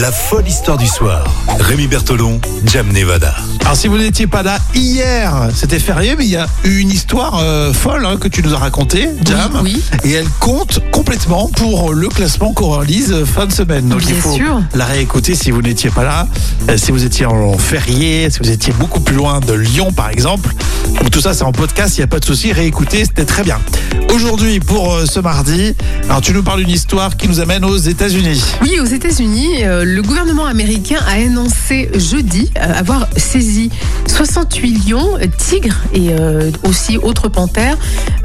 La folle histoire du soir. Rémi Bertolon, Jam Nevada. Alors si vous n'étiez pas là hier, c'était férié, mais il y a eu une histoire euh, folle hein, que tu nous as racontée, Jam. oui. Et elle compte complètement pour le classement qu'on réalise euh, fin de semaine. Donc il Bien faut sûr. la réécouter si vous n'étiez pas là, euh, si vous étiez en férié, si vous étiez beaucoup plus loin de Lyon par exemple. Donc, tout ça c'est en podcast, il n'y a pas de souci, réécouter, c'était très bien. Aujourd'hui pour euh, ce mardi, alors tu nous parles d'une histoire qui nous amène aux États-Unis. Oui, aux États-Unis, euh, le gouvernement américain a annoncé jeudi euh, avoir saisi 68 lions, euh, tigres et euh, aussi autres panthères.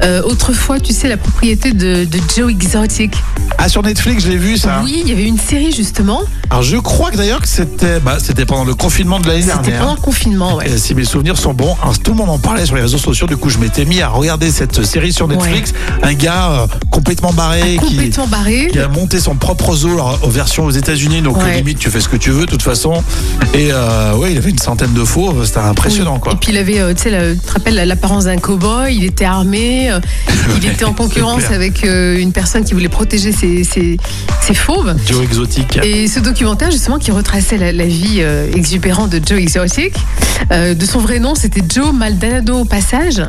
Euh, autrefois, tu sais, la propriété de, de Joe Exotic. Ah sur Netflix, je l'ai vu ça. Oui, il y avait une série justement. Alors je crois que d'ailleurs que c'était bah, c'était pendant le confinement de l'année C'était dernière. pendant le confinement. ouais. Et si mes souvenirs sont bons, alors, tout le monde en parlait sur les réseaux sociaux. Du coup, je m'étais mis à regarder cette série sur Netflix. Un gars euh, complètement barré qui, Ah, Complètement barré. qui a monté son propre zoo alors, aux versions aux États-Unis. Donc, Ouais. limite, tu fais ce que tu veux, de toute façon. Et euh, ouais, il avait une centaine de fauves. C'était impressionnant, Oui. quoi. Et puis il avait, euh, tu sais, la- tu te rappelles la- l'apparence d'un cow-boy, il était armé, euh, il était en concurrence clair. avec euh, une personne qui voulait protéger ses- ses- ses fauves. Duo exotique. Et ce documentaire, justement, qui retraçait la, la vie euh, exubérante de Joe Exotic, euh, de son vrai nom, c'était Joe Maldonado au passage,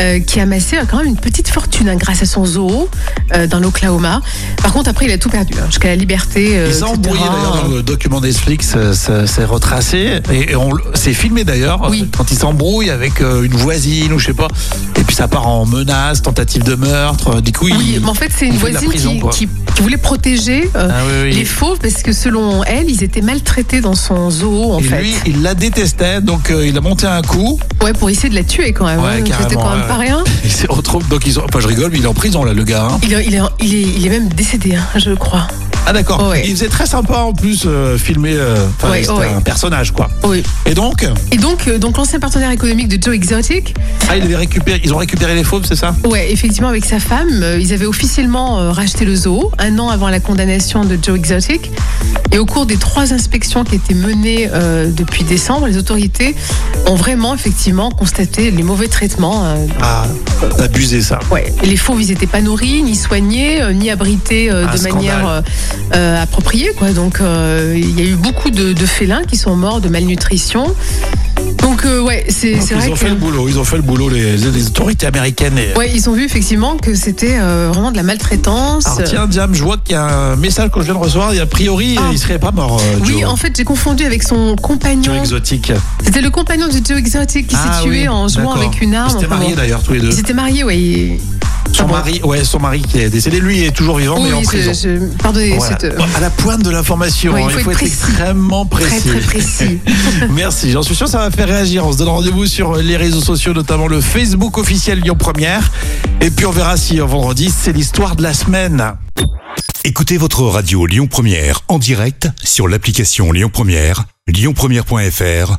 euh, qui amassait euh, quand même une petite fortune hein, grâce à son zoo euh, dans l'Oklahoma. Par contre, après, il a tout perdu, hein, jusqu'à la liberté. euh, Ils ont etc. embrouillé d'ailleurs dans le document Netflix, euh, ça- c'est retracé et et on le- c'est filmé d'ailleurs euh, Oui. quand ils s'embrouillent avec euh, une voisine ou je sais pas et puis ça part en menace, tentative de meurtre. euh, Du coup, Oui, ils- mais en fait, c'est une il fait de la voisine prison, qui, quoi. qui- qui voulait protéger euh, Ah oui, oui. les fauves parce que selon elle, ils étaient maltraités dans son zoo, en Et fait. lui, il la détestait, donc euh, il a monté un coup. Ouais, pour essayer de la tuer quand même. Ouais, hein, donc C'était carrément, quand même ouais. pas rien. Il s'est retrouvé. Donc ils ont. Enfin, je rigole, mais il est en prison là, le gars. hein. Il, est- il est- il est, il est même décédé, hein, je crois. Ah d'accord. Ouais. Il faisait très sympa en plus, euh, filmé. euh, enfin, Ouais, c'était ouais. un personnage quoi. Oui. Et donc, Et donc, euh, donc l'ancien partenaire économique de Joe Exotic, ah, il avait récupéré. Ils ont récupéré les fauves, c'est ça ouais, effectivement, avec sa femme, euh, ils avaient officiellement euh, racheté le zoo un an avant la condamnation de Joe Exotic. Et au cours des trois inspections qui étaient menées euh, depuis décembre, les autorités ont vraiment, effectivement, constaté les mauvais traitements. euh, Ah, abusé ça. Ouais, Et les fauves, ils n'étaient pas nourris, ni soignés, euh, ni abrités euh, Ah, de scandale. manière euh, euh, appropriée. Quoi. Donc, euh, il y a eu beaucoup de, de félins qui sont morts de malnutrition. Donc, euh, ouais, c'est c'est ils vrai ont que... fait le boulot, ils ont fait le boulot, les, les autorités américaines. Et... Ouais, ils ont vu effectivement que c'était euh, vraiment de la maltraitance. Alors Ah, tiens, Jam, je vois qu'il y a un message que je viens de recevoir et a priori, Ah. il serait pas mort. euh, oui, Joe. en fait, j'ai confondu avec son Joe compagnon. exotique. C'était le compagnon de Joe Exotic qui Ah s'est tué oui, en jouant d'accord. avec une arme. Ils étaient Enfin, mariés bon. d'ailleurs tous les deux. Ils étaient mariés, oui. Son Ah bon. mari, ouais, son mari qui est décédé, lui est toujours vivant mais en oui, prison. je, je- pardonnez, Voilà. cette- euh, Bon, À la pointe de l'information, Oui, hein, il faut il faut être être précis. extrêmement très précis. très précis. Merci, j'en suis sûr ça va faire réagir. On se donne rendez-vous sur les réseaux sociaux, notamment le Facebook officiel Lyon Première. Et puis on verra si euh, vendredi c'est l'histoire de la semaine. Écoutez votre radio Lyon Première en direct sur l'application Lyon Première, lyonpremière.fr